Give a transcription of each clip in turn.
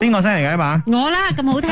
边个先嚟嘅 嘛？我啦咁好聽。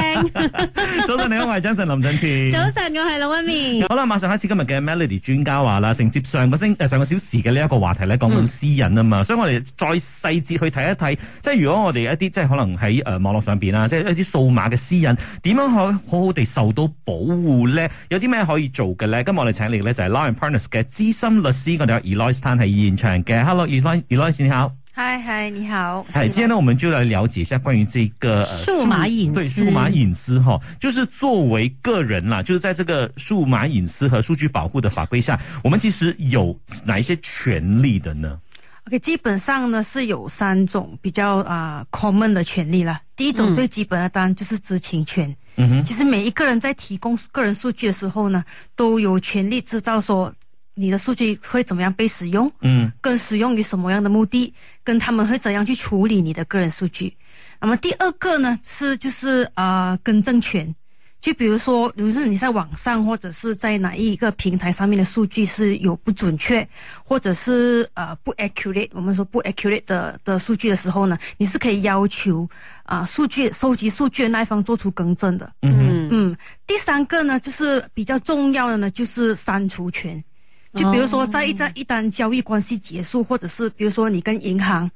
早晨你好，我系 Jason 林振前。早晨，我係老一面。好啦，馬上開始今日嘅 Melody 專家話啦，承接上個星誒、上個小時嘅呢一個話題咧，講嗯緊私隱啊嘛，所以我哋再細節去睇一睇，即係如果我哋一啲即係可能喺誒、呃、網絡上邊啊，即係一啲數碼嘅私隱點樣可以好好地受到保護咧？有啲咩可以做嘅咧？今日我哋請嚟嘅咧就係 Lion Partners 嘅資深律師，我哋有 Eloise Tan 喺現場嘅。Hello，Eloise，Eloise 你好。嗨嗨，你好。嗯哎，今天呢，我们就来了解一下关于这个、呃、数码隐私对数码隐私哈，就是作为个人啦，就是在这个数码隐私和数据保护的法规下，我们其实有哪一些权利的呢？ OK，基本上呢是有三种比较啊、common 的权利啦。第一种最基本的当然就是知情权。嗯哼，其实每一个人在提供个人数据的时候呢，都有权利知道说你的数据会怎么样被使用，嗯跟使用于什么样的目的，跟他们会怎样去处理你的个人数据。那么第二个呢是就是啊、更正权，就比如说，比如是你在网上或者是在哪一个平台上面的数据是有不准确，或者是呃不 accurate，我们说不 accurate 的的数据的时候呢，你是可以要求啊、数据收集数据的那一方做出更正的。嗯嗯，第三个呢，就是比较重要的呢，就是删除权。就比如说，在一在一单交易关系结束，或者是比如说你跟银行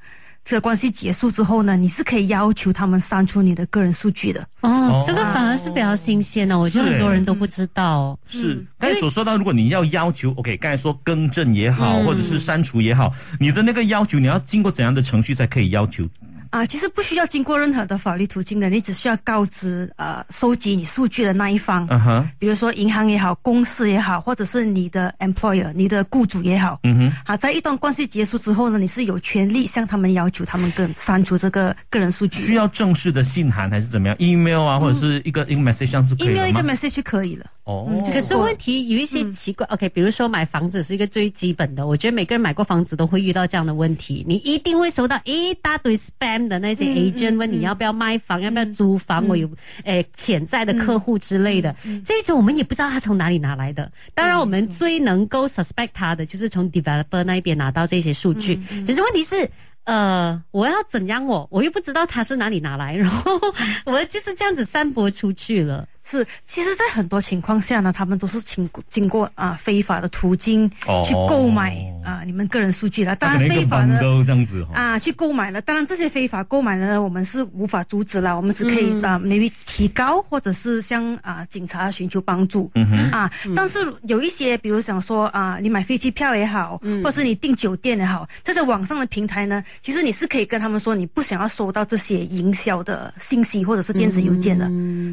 这个关系结束之后呢，你是可以要求他们删除你的个人数据的。哦，这个反而是比较新鲜的，我觉得是很多人都不知道。是。嗯刚才所说到，如果你要要求，OK，刚才说更正也好，嗯或者是删除也好，你的那个要求，你要经过怎样的程序才可以要求？啊，其实不需要经过任何的法律途径的，你只需要告知呃收集你数据的那一方，嗯哼，比如说银行也好，公司也好，或者是你的 employer、你的雇主也好。嗯哼。啊，在一段关系结束之后呢，你是有权利向他们要求他们更删除这个个人数需据。要正式的信函还是怎么样？email 啊，或者是一个一个 message 这样子可以 email 了一个吗？ message 就可以了。哦，嗯这可个是问题有一些奇怪、o k 比如说买房子是一个最基本的，我觉得每个人买过房子都会遇到这样的问题，你一定会收到一大堆 spam 的那些 agent 问你要不要卖房，要不要租房，我有诶潜在的客户之类的，这种我们也不知道他从哪里拿来的。当然，我们最能够 suspect 他的就是从 developer 那一边拿到这些数据，可是问题是。呃，我要怎样我？我又不知道他是哪里拿来，然后 我就是这样子散播出去了。是，其实，在很多情况下呢，他们都是经过经过啊、非法的途径哦去购买啊、你们个人数据了。当他可然，能一非个法的 bundle 这样子哈。啊去购买了。当然，这些非法购买的呢，我们是无法阻止了，我们是可以嗯啊、maybe 提高，或者是向啊、警察寻求帮助。嗯哼，啊，但是有一些，比如想说啊，你买飞机票也好，或者是你订酒店也好，在这网上的平台呢，其实你是可以跟他们说，你不想要收到这些营销的信息或者是电子邮件的。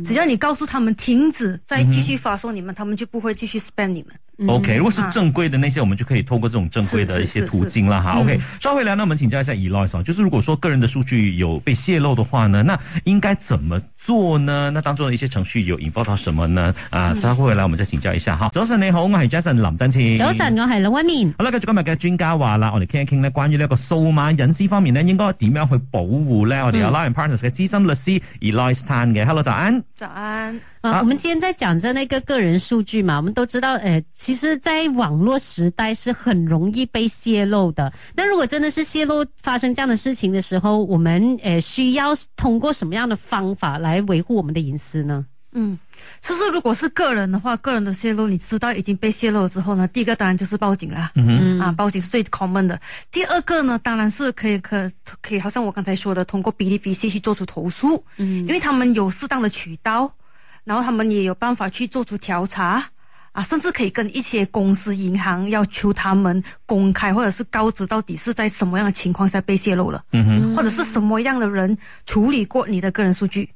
只要你告诉他们停止，再继嗯续发送你们，他们就不会继续 spam 你们。嗯 OK，如果啊是正规的那些，我们就可以透过这种正规的一些途径了嗯哈。OK，稍回来呢，我们请教一下 Eloise 啊，就是如果说个人的数据有被泄露的话呢，那应该怎么做呢？那当中的一些程序有引爆到什么呢？啊，嗯稍后回来我们再请教一下哈。早晨你好，我系 Jason 林振前。早晨，。我係老一面。好啦，繼續今日嘅專家話啦，我哋傾一傾咧，關於呢一個數碼隱私方面咧，應該點樣去保護咧？我嗯哋有 Lion Partners 嘅資深律師 Eloise Tan 嘅，Hello 早安。早安，啊、啊我们今天在讲着那个个人数据嘛，我们都知道，呃，其实，在网络时代是很容易被泄露的。那如果真的是泄露发生这样的事情的时候，我们呃需要通过什么样的方法来维护我们的隐私呢？嗯，就是如果是个人的话，个人的泄露，你知道已经被泄露了之后呢，第一个当然就是报警啦。嗯哼，啊，报警是最 common 的。第二个呢，当然是可以可可以，好像我刚才说的，通过哔哩哔哩去做出投诉，嗯，因为他们有适当的渠道，然后他们也有办法去做出调查。啊，甚至可以跟一些公司、银行要求他们公开，或者是告知到底是在什么样的情况下被泄露了，嗯哼。或者是什么样的人处理过你的个人数据，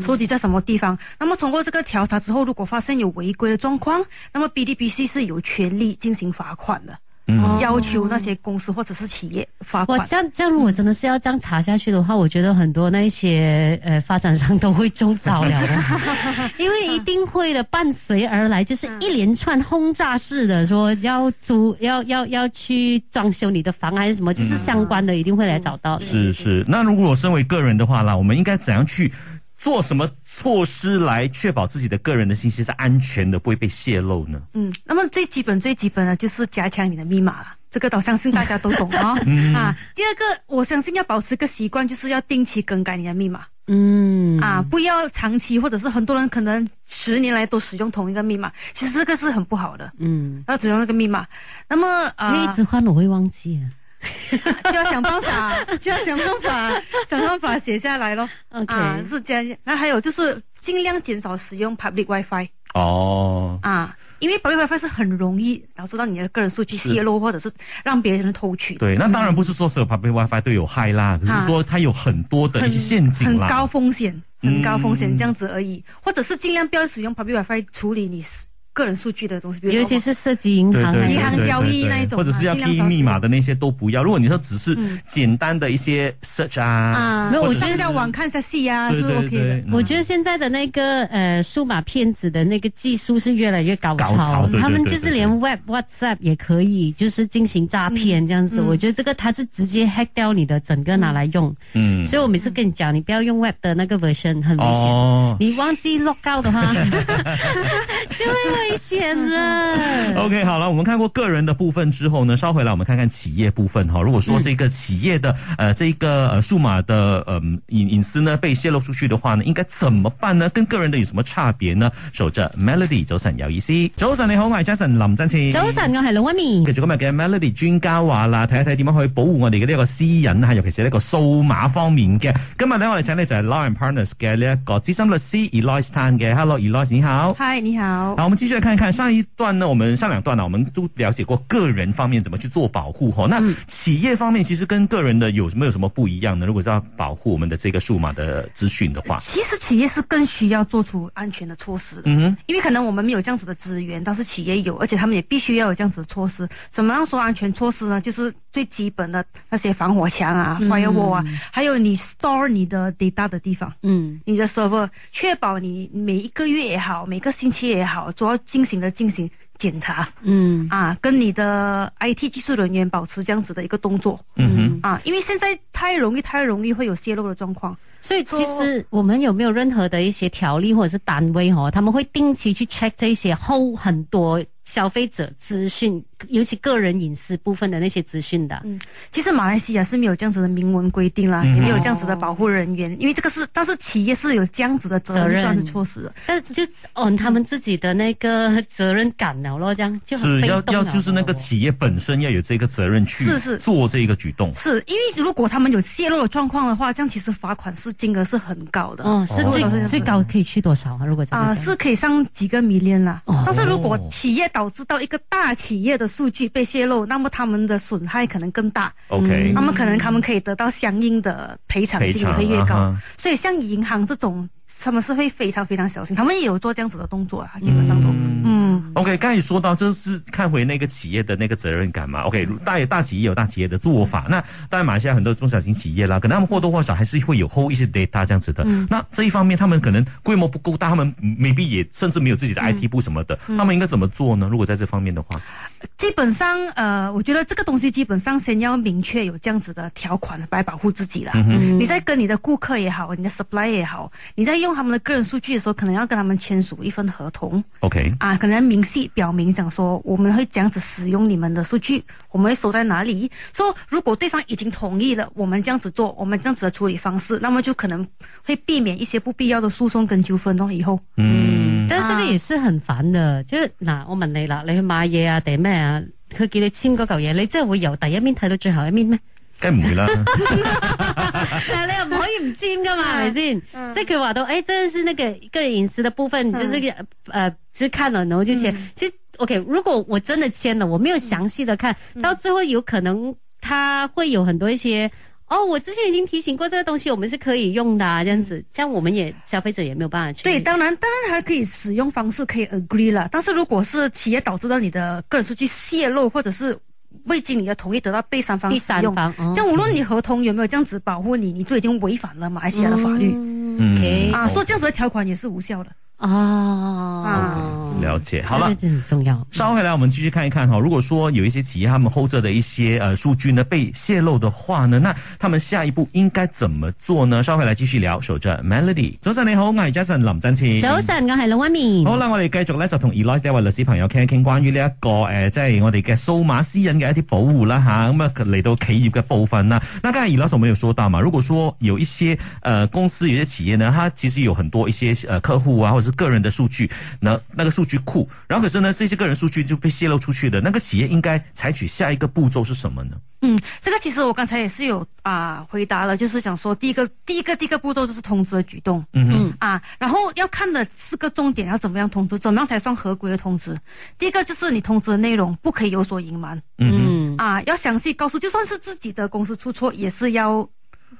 收集在什么地方。那么通过这个调查之后，如果发现有违规的状况，那么哔哩哔哩是有权利进行罚款的。哦嗯要求那些公司或者是企业罚哇，款。这样这样，如果真的是要这样查下去的话，我觉得很多那些呃发展商都会中招了哦，因为一定会的，伴随而来就是嗯一连串轰炸式的说要租要要要去装修你的房啊还是什么，就是相关的一定会来找到。是是，那如果身为个人的话啦，我们应该怎样去做什么措施来确保自己的个人的信息是安全的，不会被泄露呢？嗯，那么最基本最基本的就是加强你的密码了，这个我相信大哦家都懂啊、啊，第二个，我相信要保持个习惯，就是要定期更改你的密码。嗯啊，不要长期或者是很多人可能十年来都使用同一个密码，其实这个是很不好的。嗯，要使用那个密码，那么因为一啊、直换我会忘记啊。呃，就要想办 法，就要想办法，想办法写下来咯。 OK，啊，是这样。那还有就是尽量减少使用 public WiFi 哦，啊，因为 public WiFi 是很容易导致到你的个人数据是泄露，或者是让别人偷取。对，那当然不是说所有 public WiFi 都有害啦，只是说它有很多的很一些陷阱很啦。高风险，很高风险、嗯这样子而已，或者是尽量不要使用 public WiFi 处理你个人数据的东西，比如尤其是涉及银对行对，啊，对银行对交易对对那一种或者是要啊尽量 key 少使密码用的那些都不要。如果你说只是嗯简单的一些 search 啊，啊，没有我我觉得上下网看一下戏啊，对是对 OK 的对。，嗯我觉得现在的那个呃数码骗子的那个技术是越来越高超，高超对对对他们对就是对连 Web WhatsApp 也可以就是进行诈骗这样子。嗯我觉得这个它是直接 hack 掉你的整个拿来用，嗯，所以我每次跟你讲，你不要用 Web 的那个 version 很危险。哦。你忘记 log out 的话， 就会危险了。 OK，好了，我们看过个人的部分之后呢，稍回来我们看看企业部分哈。如果说这个企业的、呃这个呃数码的呃隐隐私呢被泄露出去的话呢，应该怎么办呢？跟个人的有什么差别呢？守着 Melody 早晨有意思，早晨你好，我系 Jason 林振前。早晨，我係老 w i 繼續今日嘅 Melody 專家話啦，睇一睇點樣去保護我哋嘅呢一個私隱啊，尤其是呢個數碼方面嘅。今日咧，我哋請嚟就係 Law and Partners 嘅呢一個資深律師 Eloise Tan 嘅。Hello，Eloise，你好。嗨，你好。好，我们继续来看一看上一段呢，我们上两段呢，我们都了解过个人方面怎么去做保护哈。那企业方面其实跟个人的有什么有什么不一样呢？如果是要保护我们的这个数码的资讯的话，其实企业是更需要做出安全的措施的，嗯哼，因为可能我们没有这样子的资源，但是企业有，而且他们也必须要有这样子的措施。怎么样说安全措施呢？就是最基本的那些防火墙啊、firewall 啊，还有你 store 你的 data 的地方。嗯你的 server，确保你每一个月也好，每个星期也好，都要进行的进行检查嗯啊，跟你的 IT 技术人员保持这样子的一个动作嗯哼。嗯，啊，因为现在太容易太容易会有泄露的状况。所以其哦实我们有没有任何的一些条例或者是单位哦，他们会定期去 check 这些后很多消费者资讯，尤其个人隐私部分的那些资讯的。嗯，其实马来西亚是没有这样子的明文规定啦，嗯也没有这样子的保护人员，因为这个是，但是企业是有这样子的责任责这任样的措施的。但是就哦，他们自己的那个责任感了咯，这样就很是被要动啊要了就是那个咯企业本身要有这个责任去是是做这个举动。是因为如果他们有泄露的状况的话，这样其实罚款是金额是很高的。哦，是哦最、是这样子最高可以去多少啊？如果这样啊、讲是可以上几个 million 啦。哦但是如果企业导致到一个大企业的数据被泄露，那么他们的损害可能更大，哎 OK，、那么可能他们可以得到相应的赔偿赔金额偿会越高。啊哈所以像银行这种，他们是会非常非常小心，他们也有做这样子的动作啊，基本上都嗯。 OK，刚才说到就是看回那个企业的那个责任感嘛。OK，大大企业有大企业的做法，那当然马来西亚很多中小型企业啦，可能他们或多或少还是会有 hold 一些 data 这样子的。那这一方面，他们可能规模不够大，他们 maybe 也甚至没有自己的 IT 部什么的，他们应该怎么做呢？如果在这方面的话，基本上，呃，我觉得这个东西基本上先要明确有这样子的条款来保护自己啦。哼你在跟你的顾客也好，你的 supply 也好，你在用他们的个人数据的时候，可能要跟他们签署一份合同。 ，OK，啊，可能明细表明讲说我们会这样子使用你们的数据，我们会收在哪里。说如果对方已经同意了，我们这样子做，我们这样子的处理方式，那么就可能会避免一些不必要的诉讼跟纠纷哦。以后，嗯，但係啊呢個亦都很煩嘅，即係嗱，我問你啦，你去買嘢啊定咩啊？佢叫你簽嗰嚿嘢，你真係會由第一面睇到最後一面咩？梗唔會啦。 但係哎你又唔可以唔簽噶嗯嘛，係咪先？即係佢話到，誒、真係是那個個人隱私的部嗯分，就是誒、呃，就是看了然後就簽。其實 OK，如果我真的簽了，我沒有詳細的看、嗯到最後，有可能他會有很多一些。哦，我之前已經提醒過，這個東西我們是可以用的、啊，這樣子，嗯這樣我們也消費者也沒有辦法去。对，当然，当然还可以使用方式可以 agree 了，但是如果是企业导致到你的个人数据泄露，或者是未经你的同意得到第三方第使三用，方，哦这样无论你合同有没有这样子保护你，你都已经违反了马来西亚的法律、嗯嗯 OK 啊，哦说这样子的条款也是无效的。哦，了解，好了这个。是很重要。稍回来，我们继续看一看哈。如果说有一些企业他们 hold 着的一些呃数据呢被泄露的话呢，那他们下一步应该怎么做呢？稍回来继续聊。守着 Melody，早晨你好，我係 Jason 林振前。早晨，我係老一嗯面。嗯好啦，我哋繼續咧就同 Eloise 呢位律師朋友傾一傾關於呢一個誒、呃即係我哋嘅數碼私隱嘅一啲保護啦吓，咁啊嚟到企業嘅部分啦。那剛才 Eloise 我們有說到嘛，如果說有一些呃公司、有些企業呢，它其實有很多一些呃客戶啊，或者是個人的數據，那那個數據庫，然後可是呢，這些個人數據就被泄露出去的，那個企業應該採取下一個步驟是什麼呢？嗯，这个其实我刚才也是有啊、回答了，就是想说第一个第一个第一个步骤就是通知的举动，嗯哼嗯啊，然后要看的四个重点要怎么样通知，怎么样才算合规的通知。第一个就是你通知的内容不可以有所隐瞒嗯哼。嗯啊，要详细告诉，就算是自己的公司出错，也是要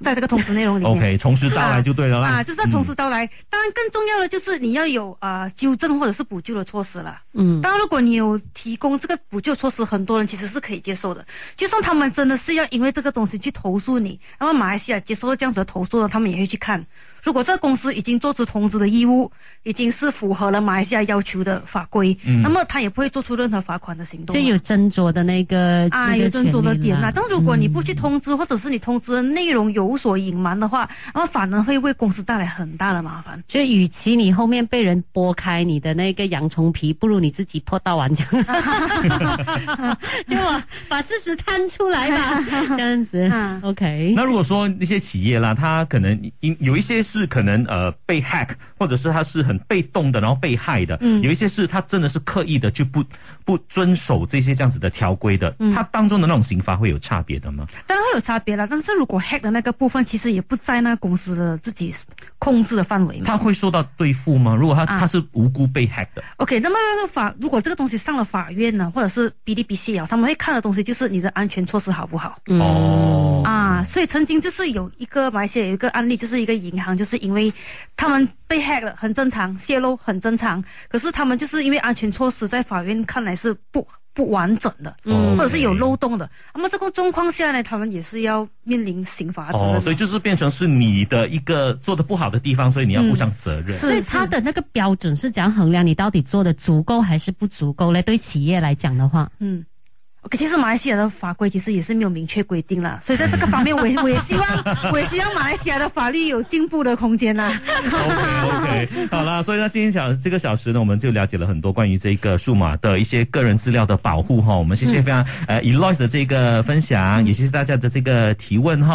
在这个通知内容里面。 OK，从实招来就对了啦。嗯嗯啊，就是要从实招来。当然，更重要的就是你要有啊、呃纠正或者是补救的措施了。嗯当然，如果你有提供这个补救措施，很多人其实是可以接受的。就算他们真的是要因为这个东西去投诉你，那么马来西亚接受到这样子的投诉呢，他们也会去看。如果这个公司已经做出通知的义务，已经是符合了马来西亚要求的法规，嗯那么他也不会做出任何罚款的行动就了。有斟酌的那个啊，那个有斟酌的权利点啦嗯啦。但如果你不去通知，或者是你通知的内容有所隐瞒的话，那么反而会为公司带来很大的麻烦。就与其你后面被人剥开你的那个洋葱皮，不如你自己破到完 讲，就我把事实摊出来 吧，这样子嗯。 OK，那如果说那些企业啦，它可能因有一些是可能呃被 hack，或者是它是很被动的，然后被害的，嗯有一些是它真的是刻意的去不不遵守这些这样子的条规的，嗯它当中的那种刑罚会有差别的吗？当然会有差别啦，但是如果 hack 的那个部分，其实也不在那个公司的自己控制的范围嘛。它会受到对付吗？如果它啊它是无辜被 hack 的， OK，那么那个法，如果这个东西上了法院呢，或者是哔哩哔哩啊，他们会看的东西就是你的安全措施好不好、嗯哦，嗯啊。所以曾经就是有一个马来西亚有一个案例，就是一个银行，就是因为他们被 hack 了，很正常，泄露很正常，可是他们就是因为安全措施在法院看来是不不完整的。嗯或者是有漏洞的，啊那么这个状况下呢，他们也是要面临刑罚责任的。哦，所以就是变成是你的一个做的不好的地方，所以你嗯要负上责任。所以是它的那个标准是怎样衡量你到底做的足够还是不足够嘞？对企业来讲的话，嗯。OK，其实马来西亚的法规其实也是没有明确规定啦，所以在这个方面，我也 我也希望，我也希望马来西亚的法律有进步的空间啦。 OK OK，好啦，所以呢，今天小这个小时呢，我们就了解了很多关于这个数码的一些个人资料的保护哈。我们谢谢非常、呃 Eloise 的这个分享，也谢谢大家的这个提问哈。